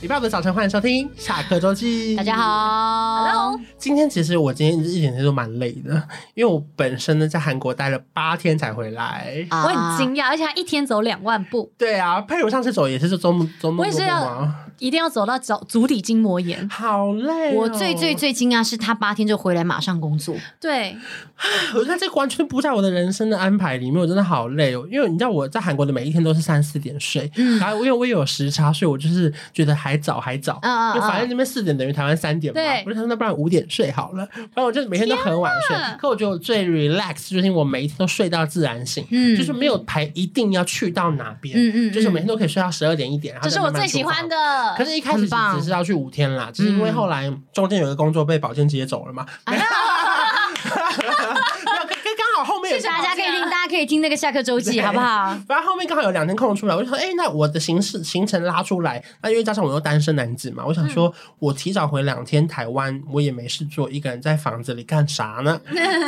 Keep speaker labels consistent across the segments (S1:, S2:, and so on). S1: 礼拜五的早晨，欢迎收听下课周记。
S2: 大家。好，Hello，
S1: 今天其实我今天一整天都蛮累的，因为我本身呢在韩国待了八天才回来。
S2: 我
S3: 我很惊讶，而且他一天走两万步，
S1: 对啊，佩如上次走也是周末周末
S3: 我也是
S1: 周末
S3: 要
S1: 吗？
S3: 一定要走到足足底筋膜炎。
S1: 好累哦、
S2: 我最最最惊讶是他八天就回来，马上工作。
S3: 对，
S1: 我觉得这个完全不在我的人生的安排里面，我真的好累哦。因为你知道我在韩国的每一天都是三四点睡，然后因为我也有时差，所以我就是觉得还早还早，
S2: 嗯嗯
S1: 就反正
S2: 嗯
S1: 那边四点等于台湾三点嘛
S3: 对，
S1: 我就想说那不然五点睡好了。反正我就每天都很晚睡
S3: 天啊，
S1: 可我觉得我最 relax 就是因为我每一天都睡到自然醒，
S2: 嗯
S1: 就是没有排一定要去到哪边，
S2: 嗯嗯嗯
S1: 就是我每天都可以睡到十二点一点，然后
S3: 这是我最喜欢
S1: 的。
S3: 的。
S1: 可是，一开始
S2: 很棒
S1: 只是要去五天啦，只是因为后来中间有一个工作被保健接走了嘛，没
S2: 嗯
S1: 有，没有，刚刚好后面有
S2: 谢谢大家可以听，大家可以听那个下课周记，
S1: 对
S2: 好 不好？
S1: 反正后面刚好有两天空出来，我就说，哎、那我的行事行程拉出来，那因为加上我又单身男子嘛，我想说，
S2: 嗯
S1: 我提早回两天台湾，我也没事做，一个人在房子里干啥 呢？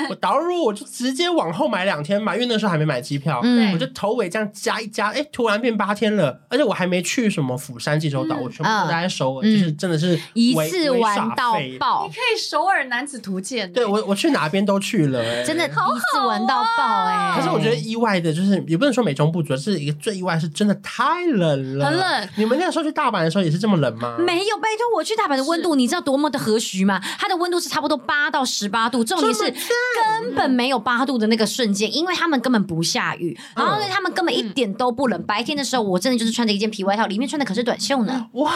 S1: 我导入我就直接往后买两天嘛，因为那时候还没买机票，
S2: 嗯
S1: 我就头尾这样加一加，哎、突然变八天了，而且我还没去什么釜山、济州岛，我全部都待在首尔，
S2: 嗯
S1: 就是真的是
S2: 一
S1: 为
S2: 次玩到。
S1: 为耍废
S2: 爆
S3: 你，可以首尔男子图鉴，
S1: 对我，我去哪边都去了、哎
S2: 真的第一次玩到爆哎！
S1: 可是我觉得意外的就是，也不能说美中不足，是一个最意外是真的太冷了，
S3: 很冷。
S1: 你们那时候去大阪的时候也是这么冷吗？
S2: 没有，拜托我去大阪的温度，你知道多么的和煦吗？它的温度是差不多八到十八度，重点是根本没有八度的那个瞬间，因为他们根本不下雨，然后呢，他们根本一点都不冷。白天的时候，我真的就是穿着一件皮外套，里面穿的可是短袖呢。
S1: 哇，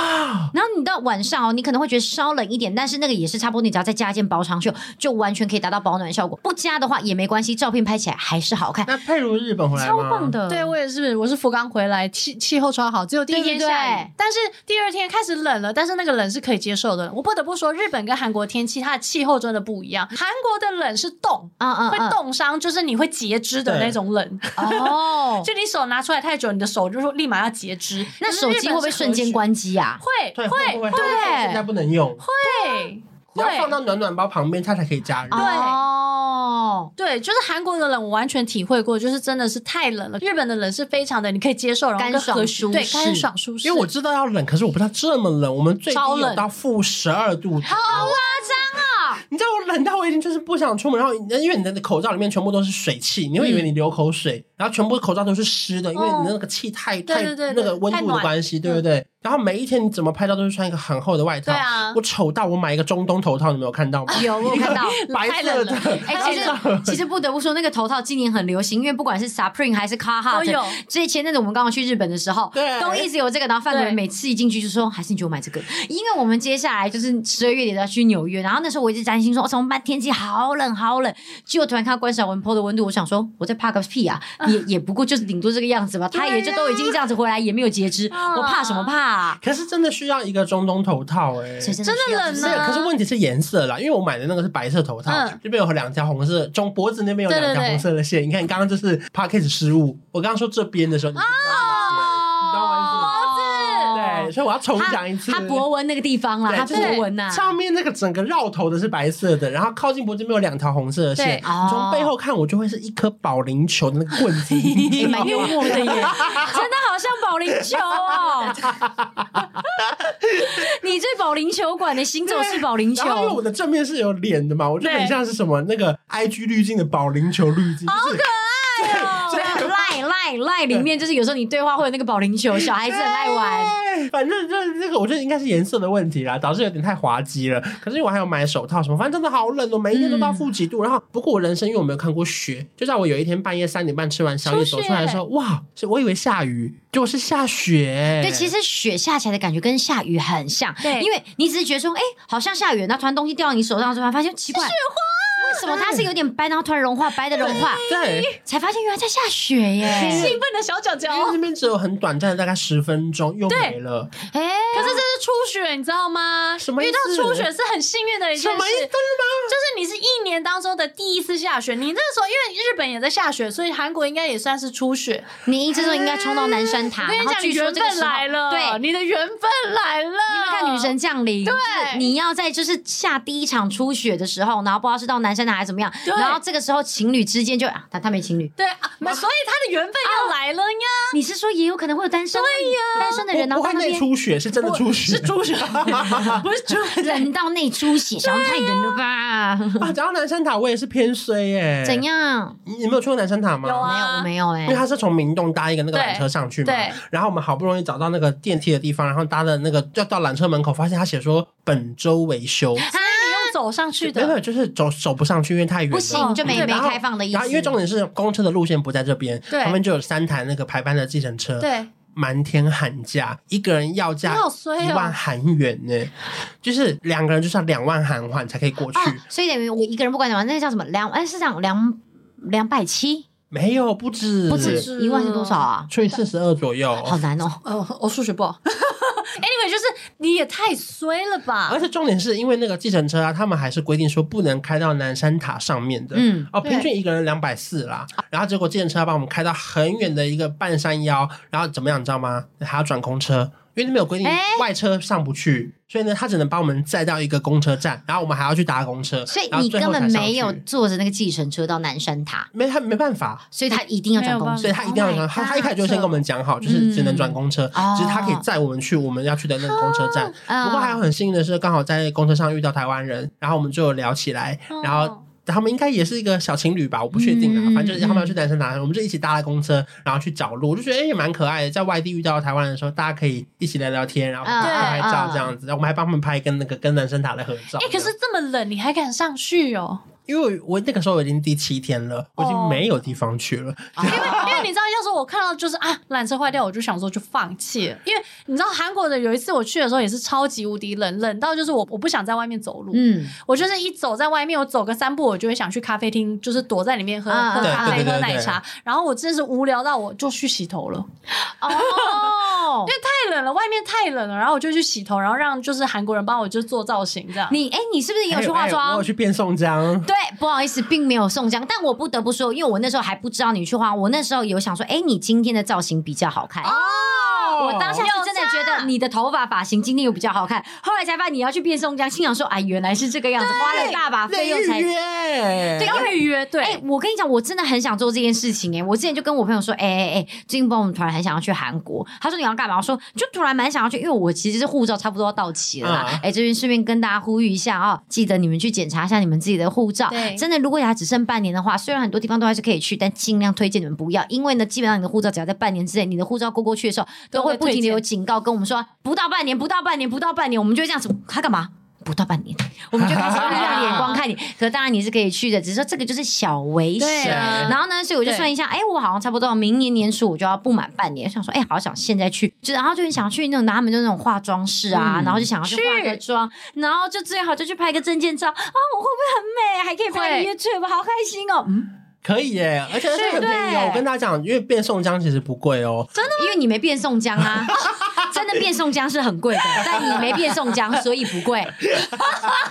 S2: 然后你到晚上哦，你可能会觉得稍冷一点，但是那个也是差不多，你只要再加一件薄长袖，就完全可以达到保暖效果。不加的话也没关系，照片拍起来还是好看，
S1: 那佩如日本回来吗？
S2: 超棒。的。
S3: 对我也是，我是福冈回来，气气候超好，只有第一天下
S2: 嗯对对
S3: 雨
S2: 对，
S3: 但是第二天开始冷了，但是那个冷是可以接受的。我不得不说，日本跟韩国天气它的气候真的不一样，韩国的冷是冻，
S2: 嗯，嗯嗯，
S3: 会冻伤，就是你会截肢的那种冷。
S2: 哦
S3: 。就你手拿出来太久，你的手就说立马要截肢。
S2: 那手机会不会瞬间？关机啊？
S3: 会
S1: 对，
S3: 会
S1: 会不会会
S3: 会
S1: 不会现在不能用，
S3: 会
S1: 你要放
S3: 会。
S1: 到暖暖包旁边，它才可以加热。
S3: 对
S2: 哦，
S3: 对，就是韩国的冷，我完全体会过，就是真的是太冷了。日本的冷是非常的，你可以接受，然后
S2: 干
S3: 更
S2: 爽
S3: 和煦
S2: 舒
S3: 对，
S2: 适
S3: 干爽舒适。
S1: 因为我知道要冷，可是我不知道这么冷。我们最低
S3: 超
S1: 有
S3: 冷
S1: 到负十二度，好夸张啊！你知道我冷到我已经就是不想出门，然后因为你的口罩里面全部都是水汽，你会以为你流口水，然后全部口罩都是湿的，因为你那个气太太
S3: 嗯对对对
S1: 那个温
S3: 太
S1: 度的
S3: 暖
S1: 关系，对不对？然后每一天你怎么拍照都是穿一个很厚的外套，
S3: 对啊
S1: 我丑到我买一个中东头套，你没有看到吗？
S2: 有我有看到。
S1: 白
S3: 太
S1: 色
S3: 冷
S1: 的
S3: 了，
S2: 哎、
S1: 然后
S2: 其实其实不得不说，那个头套今年很流行，因为不管是 Supreme 还是 Carhartt，
S3: 都有
S2: 这前阵子我们刚刚去日本的时候，
S1: 对
S2: 都一直有这个。然后范
S3: 对
S2: 伦每次一进去就说：“还是你觉得我买这个？”因为我们接下来就是十二月底要去纽约，然后那时候我一直担心说：“哦，怎么办？天气好冷好冷。”结果突然看到关晓雯 PO 的温度，我想说：“我在怕个屁啊！也也不过就是顶多这个样子吧。他也就都已经这样子回来，也没有截肢，
S3: 啊
S2: 我怕什么怕、啊？
S1: 可是真的需要一个中东头套哎、
S2: 所以真
S3: 真的
S2: 需要
S3: 冷
S1: 没有，
S3: 啊
S1: 可是问题是颜色啦，因为我买的那个是白色头套，
S3: 嗯
S1: 这边有两条红色，中脖子那边有
S3: 对
S1: 两
S3: 对
S1: 条
S3: 对
S1: 红色的线。你看你刚刚就是 p a c k a g e 失误，我刚刚说这边的时候，你就知道
S2: 哦
S1: 哪
S2: 脖
S1: 边啊对，所以我要重讲一次。
S2: 哦他博文那个地方啦，
S1: 对
S2: 他
S1: 就
S2: 博
S1: 是
S2: 文啊呐、
S1: 上面那个整个绕头的是白色的，然后靠近脖子那边有两条红色的线，
S3: 对
S2: 哦
S1: 你从背后看我就会是一颗保龄球的那 个棍子，
S2: 哎蛮幽默 的耶，真的好像保龄球哦。你这保龄球馆的行走是保龄球
S1: 然，后啊因为我的正面是有脸的嘛，我就很
S3: 对
S1: 像是什么那个 IG 滤镜的保龄球滤镜，
S2: 哦
S1: 就是
S2: 对啊赖赖赖里面就是有时候你对话会有那个保龄球，小孩子很爱玩。
S1: 哎反正就是这个，我觉得应该是颜色的问题啦，导致有点太滑稽了。可是因为我还有买手套什么，反正真的好冷哦，每一天都到
S2: 嗯
S1: 负几度。然后，不过我人生因为我没有看过雪，就在我有一天半夜三点半吃完宵夜
S3: 出
S1: 走
S3: 雪
S1: 出来的时候，哇，是我以为下雨，结果是下雪。欸
S2: 对，其实雪下起来的感觉跟下雨很像，
S3: 对
S2: 因为你只是觉得说，哎，好像下雨，那突然东西掉到你手上，突然发现奇怪，雪花，为什么它是有点白，然后突然融化，白的融化，
S1: 对，
S2: 才发现原来在下雪耶。
S3: 哎兴奋的小脚脚
S1: 哎因为那边只有很短暂的大概十分钟又没了。
S2: 哎、
S3: 初雪，你知道吗？
S1: 什么意
S3: 遇
S1: 思
S3: 到初雪是很幸运的一件
S1: 什么意
S3: 事
S1: 思，吗？
S3: 就是你是一年当中的第一次下雪。你那时候因为日本也在下雪，所以韩国应该也算是初雪。
S2: 你这时候应该冲到南山塔，
S3: 我跟
S2: 然
S3: 你
S2: 后
S3: 讲，你
S2: 据说
S3: 缘
S2: 这个
S3: 分
S2: 时候
S3: 来了，
S2: 对，
S3: 你的缘分来了。
S2: 你有没有看《女神降临》？
S3: 对
S2: 就是你要在就是下第一场初雪的时候，然后不知道是到南山塔还是怎么样，
S3: 对
S2: 然后这个时候情侣之间就啊，他他没情侣，
S3: 对啊，那所以他的缘分要来了呀，
S2: 你是说也有可能会有单身？对呀，单身的人然
S1: 我
S2: 后
S1: 我
S2: 到
S1: 看
S2: 那
S1: 那
S2: 边
S1: 出血是真的啊出血，
S3: 是初雪， 不是初 雪。
S2: 冷到内出血，想太冷了吧？
S1: 啊！讲到南山塔，我也是偏衰耶、
S2: 怎？样？
S1: 你你没有去过南山塔吗？
S3: 有啊
S2: 没有，我没
S1: 啊
S2: 有哎
S1: 因为，它是从明洞搭一个那个缆车上去嘛
S3: 对对，
S1: 然后我们好不容易找到那个电梯的地方，然后搭的那个要到缆车门口，发现它写说本周维修，
S3: 你用走上去
S1: 没有没有，
S3: 的，
S1: 就是走走不上去，因为太远了。
S2: 不行，就没
S3: 对
S2: 没
S1: 然后
S2: 开放的意
S1: 然
S2: 思。
S1: 后因为重点是公车的路线不在这边，
S3: 对
S1: 旁边就有三台那个排班的计程车，
S3: 对，
S1: 满天喊价，一个人要价
S3: 你好衰哦
S1: 一万韩元呢、就是两个人就是要两万韩元才可以过去，
S2: 啊，所以等于我一个人不管怎么样，那个叫什么两哎是讲两两百七，
S1: 没有不止，
S2: 不止
S3: 是
S2: 一万是多少啊？
S1: 除以四十二左右。
S2: 好难哦。
S3: 哦，我数学不好。anyway，就是你也太衰了吧
S1: 而？且重点是因为那个计程车啊，他们还是规定说不能开到南山塔上面的。
S2: 嗯，哦
S1: 哦，
S3: 对
S1: 平均一个人两百四啦，然后结果计程车要把我们开到很远的一个半山腰，然后怎么样，你知道吗？还要转公车，因为那边有规定
S2: 哎
S1: 外车上不去，所以呢，他只能把我们载到一个公车站，然后我们还要去搭公车，
S2: 所以
S1: 然后
S2: 你
S1: 最后
S2: 根本
S1: 才上
S2: 没有
S1: 去
S2: 坐着那个计程车到南山塔，
S1: 没他没办法，
S2: 所以他一定要转公
S3: 嗯
S2: 车
S1: 所以他一定要
S2: Oh my
S1: 他
S2: God
S1: 他一开始就先跟我们讲好，就是只能转公车，
S2: 嗯
S1: 只是他可以载我们去我们要去的那个公车站。
S2: 嗯
S1: 不过还有很幸运的是，刚好在公车上遇到台湾人，然后我们就有聊起来，然后。他们应该也是一个小情侣吧，我不确定啊。
S2: 嗯
S1: 反正就是他们要去南山塔，我们就一起搭了公车，然后去找路，我就觉得哎、也蛮可爱的。在外地遇到台湾人的时候，大家可以一起聊聊天，然后
S2: 嗯
S1: 拍拍照
S2: 对
S1: 这样子。然后我们还帮他们拍跟那个跟南山塔的合照。
S3: 哎、可是这么冷，你还敢上去哦？
S1: 因为我那个时候已经第七天了，我已经
S3: 哦
S1: 没有地方去了。
S3: 因
S2: 啊
S3: 为因为你知道，要是我看到就是啊，缆车坏掉，我就想说就放弃了。因为你知道韩国的有一次我去的时候也是超级无敌冷，冷到就是我我不想在外面走路，
S2: 嗯，
S3: 我就是一走在外面，我走个三步，我就会想去咖啡厅，就是躲在里面喝、
S2: 啊
S3: 喝咖啡、
S1: 对对对对
S3: 喝奶茶。然后我真的是无聊到我就去洗头了，
S2: 哦，
S3: 太冷了，外面太冷了，然后我就去洗头，然后让就是韩国人帮我就做造型这样。
S2: 你哎，你是不是也有去化
S1: 哎哎我
S2: 妆
S1: 有？去变宋江。
S2: 对，不好意思，并没有宋江，但我不得不说，因为我那时候还不知道你去化，我那时候有想说，哎，你今天的造型比较好看。
S1: 哦
S2: 我当下是真的觉得你的头发发型今天又比较好看，后来才发现你要去变宋江，心想说，哎，原来是这个样子，花了大把费
S1: 内
S2: 用才
S1: 预约，
S3: 对，要预约对。
S2: 哎、我跟你讲，我真的很想做这件事情哎、我之前就跟我朋友说，哎哎哎，最近帮我们团很想要去韩国。他说你要干嘛？我说就突然蛮想要去，因为我其实是护照差不多要到期了啦。哎、
S3: 嗯
S1: 啊
S2: 这边顺便跟大家呼吁一下啊、记得你们去检查一下你们自己的护照
S3: 对。
S2: 真的，如果还只剩半年的话，虽然很多地方都还是可以去，但尽量推荐你们不要，因为呢，基本上你的护照只要在半年之内，你的护照过过去的时候，
S3: 都
S2: 都
S3: 会
S2: 会不停的
S3: 推荐
S2: 有警告跟我们说，不到半年，不到半年，不到半年，我们就会这样子，他干嘛？不到半年，我们就 开始用异样的眼光看你。可当然你是可以去的，只是说这个就是小危
S3: 对
S2: 险。
S3: 啊
S2: 然后呢，所以我就算一下，哎，我好像差不多到明年年初我就要不满半年，想说，哎，好想现在去，就然后就很想去那种他们就那种化妆室啊，
S3: 嗯
S2: 然后就想要去化个妆，然后就最好就去拍个证件照啊，我会不会很美？还可以拍个 YouTube，好开心哦。嗯，
S1: 可以耶，而且而且很便宜
S2: 对
S1: 哦。我跟大家讲，因为变宋江其实不贵哦，
S2: 因为你没变宋江 啊。真的变宋江是很贵的，但你没变宋江，所以不 贵。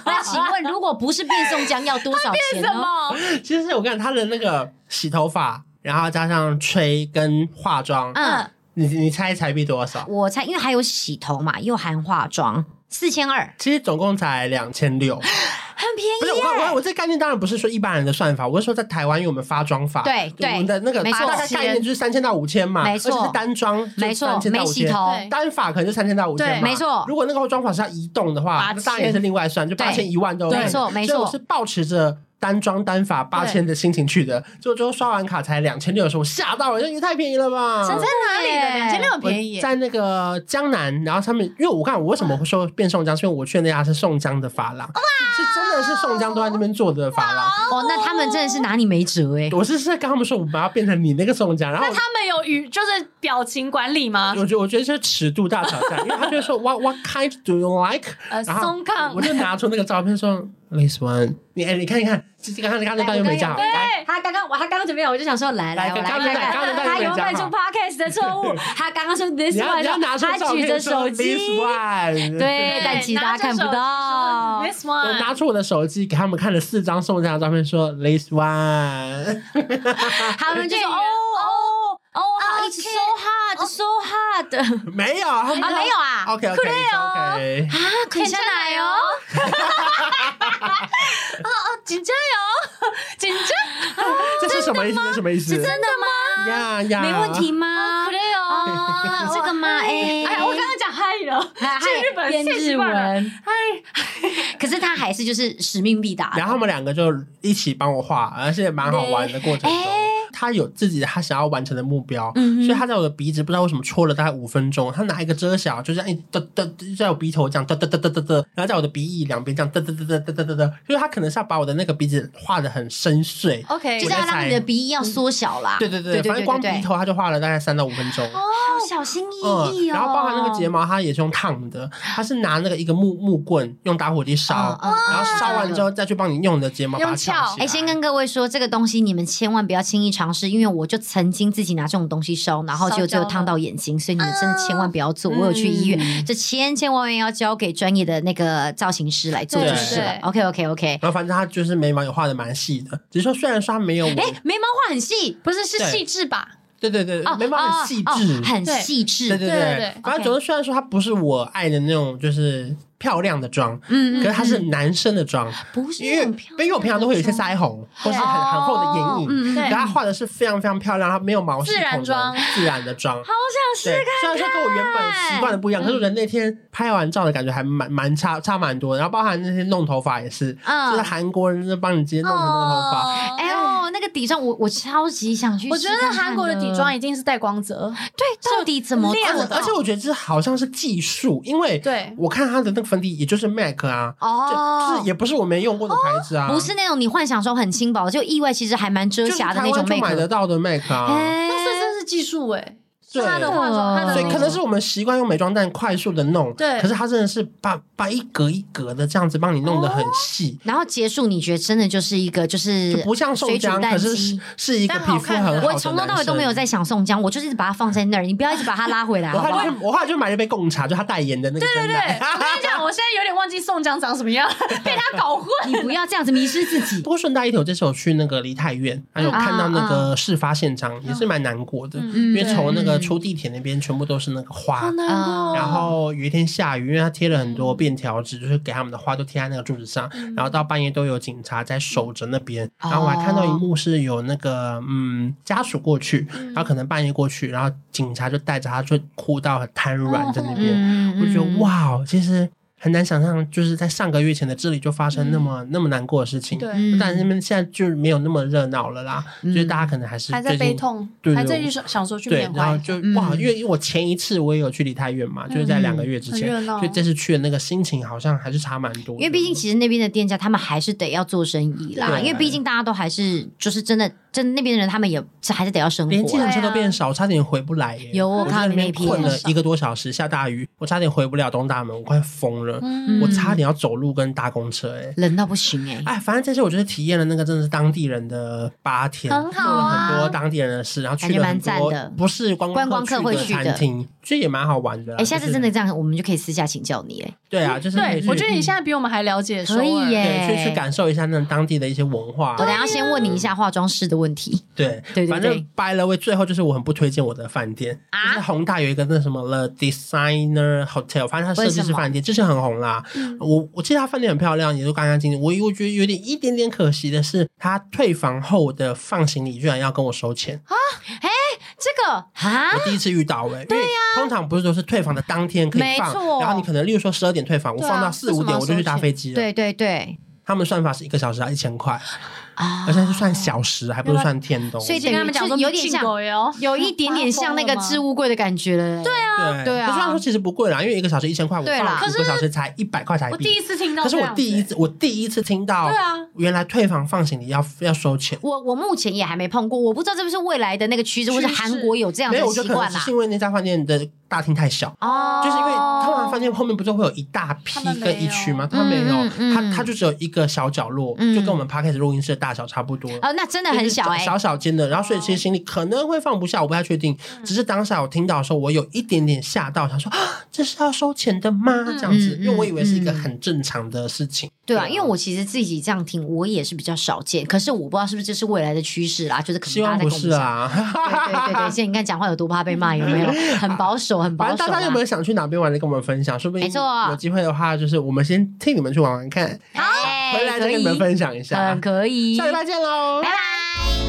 S2: 那请问，如果不是变宋江，要多少钱
S3: 什
S2: 呢？
S3: 么？
S1: 其实我跟你讲，他的那个洗头发，然后加上吹跟化妆，
S2: 嗯，
S1: 你你猜台币多少？
S2: 我猜，因为还有洗头嘛，又含化妆，四千二，
S1: 其实总共才两千六，
S2: 很便
S1: 不是我我我这概念当然不是说一般人的算法，我是说在台湾，因为我们发妆法，
S2: 对对
S1: 我们的那个
S2: 没错
S1: 大概概念就是三千到五千嘛，
S2: 没错
S1: 而且是单妆，
S2: 宜，没错，没洗
S1: 洗头。
S2: 头，
S3: 对
S1: 单发可能就三千到五千
S3: 对
S1: 嘛，
S2: 哎没错
S1: 如果那个妆法是要移动的话，
S3: 8000
S1: 那当然也是另外算，就
S2: 对
S1: 八千一万都有
S2: 没错没错
S1: 所以我是保持着。单妆单发八千的心情去的，结果最后刷完卡才两千六的时候，我吓到了，这也太便宜了吧！
S3: 在哪里哦的？
S2: 哎
S3: 两千六很
S1: 我
S3: 便宜耶，
S1: 在那个江南，然后他们，因为我看我为什么会说变宋江，是因为我去的那家是宋江的发廊，是是真的是宋江都在那边做的发廊。
S2: 哦，那他们真的是拿你没辙哎、
S1: 我是是跟他们说，我们要变成你那个宋江，然后
S3: 那他们有语就是表情管理吗？
S1: 我觉得我觉得这是尺度啊大挑战，因为他就会说 What What kind do you like？
S3: 呃
S1: 然后
S3: 松康
S1: 我就拿出那个照片说， This one，你哎，你看一看，这这刚刚刚刚那段又没加好，来
S2: 他刚刚我他刚刚准备好，我就想说来来
S1: 来
S2: 我来
S1: 刚刚
S2: 看看，
S1: 刚刚
S2: 他有犯出
S1: 刚
S2: podcast 的 错误，他刚刚说 this
S1: 你要
S2: one，
S1: 你要拿出
S2: 他
S1: 照
S2: 举
S1: 片
S2: 着
S1: 说
S2: 手
S1: This
S2: 机，
S1: one，
S2: 对，但其实大家看不到。
S3: This
S1: 我
S3: one，
S1: 拿出我的手机给他们看了四张宋佳的照片，说 This one， 啊
S2: 他们就说哦哦哦好，it's so hard，so hard
S1: 没有啊
S3: 哦
S2: 啊，没有啊
S1: ，OK OK
S2: 酷雷哦
S1: OK，
S2: 啊，肯下来哦，
S3: 紧张哟，紧张，
S1: 这是什么意思？这是什么意思？
S2: 是真的吗？
S1: 呀呀，
S2: 没问题吗？
S3: 对哦。
S2: 哦，这个吗？哎，
S3: 哎，我刚刚讲嗨了，
S2: 还
S3: 去日本
S2: 变
S3: 太习
S2: 哎日
S3: 惯了
S2: 文，可是他还是就是使命必达。
S1: 然后他们两个就一起帮我画，而且蛮好玩的过程中
S2: 哎，
S1: 他有自己他想要完成的目标，
S2: 嗯哼
S1: 所以他在我的鼻子不知道为什么戳了大概五分钟，他拿一个遮瑕，就这样一嘚嘚，就在我鼻头这样嘚嘚嘚嘚嘚嘚，然后在我的鼻翼两边这样嘚嘚嘚嘚嘚嘚嘚嘚，就是他可能是要把我的那个鼻子画的很深邃。
S3: OK，
S2: 就
S3: 就是是
S1: 在
S2: 要让
S1: 猜
S2: 你的鼻翼要缩小啦。
S1: 对对
S2: 哦对对
S1: 对，
S2: 对
S1: 反正光鼻头他就画了大概三到五分钟。
S3: 哦
S2: 好小心翼
S1: 嗯，
S2: 翼哦。
S1: 然后包含那个睫毛，它也是用烫的，它是拿那个一个木木棍用打火机烧
S2: 嗯，嗯嗯
S1: 然后烧完之后再去帮你用你的睫毛把它
S3: 用
S1: 翘
S3: 翘
S1: 起来。
S2: 哎，先跟各位说，这个东西你们千万不要轻易尝试，因为我就曾经自己拿这种东西烧，然后
S3: 烧
S2: 就就
S3: 焦了嗯
S2: 烫到眼睛，所以你们真的千万不要做。我有去医院，这千千万万要交给专业的那个造型师来做
S1: 对
S2: 就是了
S3: 对。
S2: OK OK OK，
S1: 然后反正他就是眉毛也画的蛮细的，只是说虽然说他没有我，
S2: 哎，眉毛画很细
S3: 不是是
S1: 对
S3: 细致吧？
S1: 对对对，
S2: 哦，
S1: 眉毛很细致，
S2: 哦哦很
S3: 对
S2: 细
S1: 对
S2: 致。
S1: 对
S3: 对对对
S1: 反正
S2: OK
S1: 总之虽然说他不是我爱的那种，就是漂亮的妆，
S2: 嗯
S1: 可是他是
S2: 嗯
S1: 男生的妆，
S2: 不是
S1: 因为
S2: 很漂亮
S1: 因为我平常都会有一些
S2: 的妆哦
S1: 腮红或是很很厚的眼影，
S2: 嗯嗯
S3: 对
S1: 然后他画的是非常非常漂亮，他没有毛细
S3: 自然
S1: 孔的
S3: 妆
S1: 自然的妆，
S2: 好想
S1: 对，虽然说跟我原本习惯的不一样，可是我觉得那天拍完照的感觉还蛮蛮差差蛮多的，然后包含那些弄头发也是，
S2: 嗯
S1: 就是韩国人就帮你直接弄成那个头发，
S3: 哦
S2: 哎呦，那个底妆我我超级想去
S3: 我
S2: 试
S3: 觉
S2: 看看。
S3: 得韩国的底妆一定是带光泽，
S2: 对，到底怎么
S3: 亮
S2: 做
S3: 的
S2: 的？
S1: 而且我觉得这好像是技术，因为
S2: 哎
S3: 对
S1: 我看他的那个粉底也就是 MAC 啊，就
S2: 哦，
S1: 就是也不是我没用过的牌子啊，
S2: 不是那种你幻想中很轻薄，就意外其实还蛮遮
S1: 就是
S2: 瑕的
S1: 台
S2: 那种
S1: 湾就
S2: 魅
S1: 买得
S2: 力。
S1: 到的 MAC 啊，
S2: 哎
S3: 那所以真是技术哎，是
S1: 对
S3: 他的化妆，他的
S1: 所以
S3: 那
S1: 可
S3: 个
S1: 能是我们习惯用美妆蛋快速的弄，
S3: 对
S1: 可是他真的是把把一格一格的这样子帮你弄得很细，
S2: 然后结束，你觉得真的就是一个就是
S1: 就不像宋
S2: 水煮
S1: 江，
S2: 蛋
S1: 可是
S2: 机
S1: 是。是一个皮肤很好的
S2: 我从头到尾都没有
S1: 男生。
S2: 在想宋江，我就是一直把它放在那儿，你不要一直把它拉回来，
S1: 我
S2: 好不
S1: 后来
S2: 好？
S1: 就我后来就买了一杯贡茶，就他代言的那个
S3: 对
S1: 真
S3: 对对，
S1: 奶。
S3: 我跟你 讲，我现在有点忘记宋江长什么样，被他搞混。
S2: 你不要这样子迷失自己
S1: 不。过顺带一提，我这次有去那个梨泰院，还有看到
S2: 啊
S1: 那个事发现场，也是蛮难过的，因
S2: 嗯
S1: 为从那个出
S2: 嗯
S1: 地铁那边全部都是那个花。
S2: 哦嗯
S1: 然后有一天下雨，因为他贴了很多便条纸，就是给他们的花都贴在那个柱子上，然后到半夜都有警察在守着那边。
S2: 嗯
S1: 然后我还看到一
S2: 哦
S1: 幕是有那个嗯家属过去，
S2: 嗯
S1: 然后可能半夜过去，然后警察就带着他就哭到很瘫软在那边，
S2: 哦嗯
S1: 我就觉得
S2: 嗯
S1: 哇哦，其实很难想象，就是在上个月前的这里就发生那么、那么难过的事情。
S3: 对，
S2: 嗯
S1: 但那边现在就没有那么热闹了啦，
S2: 嗯
S1: 就是大家可能还是
S3: 还在
S1: 最近
S3: 悲痛
S1: 对，对
S3: 还在
S1: 我
S3: 想想说去
S1: 对
S3: 缅，
S1: 然后
S3: 怀。
S1: 就
S2: 嗯
S1: 哇，因为因为我前一次我也有去梨泰院嘛，就是在两个月之前，
S3: 很热闹
S1: 所以这次去的那个心情好像还是差蛮多的。
S2: 因为毕竟其实那边的店家他们还是得要做生意啦，
S1: 对
S2: 因为毕竟大家都还是就是真的，真那边的人他们也这还是得要生
S1: 连计
S2: 活啊、
S1: 程车都
S3: 对啊
S1: 变少，差点回不来耶。
S2: 有我
S1: 我
S2: 看到
S1: 在
S2: 你
S1: 那边
S2: 那篇
S1: 困了一个多小时，下大雨，我差点回不了东大门，我快疯了，
S3: 嗯
S1: 我差点要走路跟搭公车哎。
S2: 冷到不行哎、
S1: 哎，反正这次我就是体验了那个真的是当地人的八天，
S3: 很好
S1: 做了
S3: 啊
S1: 很多当地人的事，然后去
S2: 嗯感觉
S1: 了
S2: 蛮
S1: 很
S2: 赞
S1: 多
S2: 的
S1: 不是观
S2: 观光客
S1: 去
S2: 会去的
S1: 餐厅，这也蛮好玩的啦。
S2: 哎、下次
S1: 就是
S2: 真的这样，我们就可以私下请教你哎、
S1: 对啊，就是可以
S3: 对，
S1: 去
S3: 我觉得你现在比我们还了解首尔，
S2: 可以耶
S1: 对去去感受一下那种当地的一些文化。
S2: 我等一下先问你一下化妆师的问题
S1: 对
S2: 啊对对
S1: 反
S2: 对
S1: 正 by the way，最后就是我很不推荐我的饭店，就是
S2: 啊。
S1: 宏大有一个那什么了 Designer Hotel，反正它设计
S2: 为什
S1: 师
S2: 么
S1: 饭店，之前很红啦。我我记得它饭店很漂亮，也都干干净净。我我觉得有点一点点可惜的是，它退房后的放行李居然要跟我收钱，
S2: 这个啊，
S1: 我第一次遇到哎、因为通常不是都是退房的当天可以
S2: 没
S1: 放，
S2: 错
S1: 然后你可能例如说十二点退房，我
S3: 对啊
S1: 放到四
S3: 为什
S1: 五
S3: 么要
S1: 点我就去
S3: 收
S1: 搭
S3: 钱
S1: 飞机了。
S2: 对对对，
S1: 他们算法是一个小时要一千块，
S2: 啊
S1: 而且是算小时，还不是算天冬。
S2: 所以
S3: 跟他们讲说
S2: 有点像
S3: 你进狗油
S2: 哦有一点点像 那个置物柜的感觉了、对啊，
S1: 对
S2: 对啊
S1: 可是他说其实不贵啦，因为一个小时一千块，我
S2: 对啦
S1: 放五个小时才一百块台
S3: 我
S1: 币
S3: 第。一次听到
S1: 可是
S3: 这
S1: 我
S3: 样子，
S1: 第一次，我第一次听到，
S3: 对啊，
S1: 原来退房放行李要要收钱。
S2: 我我目前也还没碰过，我不知道这不是未来的那个趋势，或是
S3: 趋势
S2: 韩国有这样
S1: 没
S2: 的
S1: 有，我就
S2: 习
S1: 可能
S2: 惯
S1: 只
S2: 啦
S1: 是。因为那家饭店的大厅太小，
S2: 哦，
S1: 就是因为通常饭店后面不是会有一大批
S3: 他们没有
S1: 跟一区吗？他没有
S2: 嗯嗯，嗯
S1: 他他就只有一个小角落，
S2: 嗯
S1: 就跟我们 p a r k e t 录音室的大小差不多。
S2: 呃，那真的很小
S1: 就是
S2: 哎、哦
S1: 小小间的，然后所以其实行李可能会放不下，我不太确定。
S2: 嗯
S1: 只是当下我听到的时候，我有一点点吓到，想说啊，这是要收钱的吗？这样子，
S2: 嗯
S1: 因为我以为是一个很正常的事情。
S2: 对啊，因为我其实自己这样听，我也是比较少见，可是我不知道是不是这是未来的趋势啦，就是可
S1: 希
S2: 能大
S1: 望不
S2: 家在跟我
S1: 是
S2: 们讲。
S1: 啊。
S2: 对对对对，现在你看讲话有多怕被骂，有没有？很保守，很保
S1: 反
S2: 守
S1: 正
S2: 啊。
S1: 大家有没有想去哪边玩的，跟我们分享，说不定
S2: 没错
S1: 有机会的话，就是我们先替你们去玩玩看，
S2: 好，
S1: 回来再跟你们分享一
S2: 哎很
S1: 下。
S2: 可以。
S1: 下礼拜见喽，
S2: 拜拜。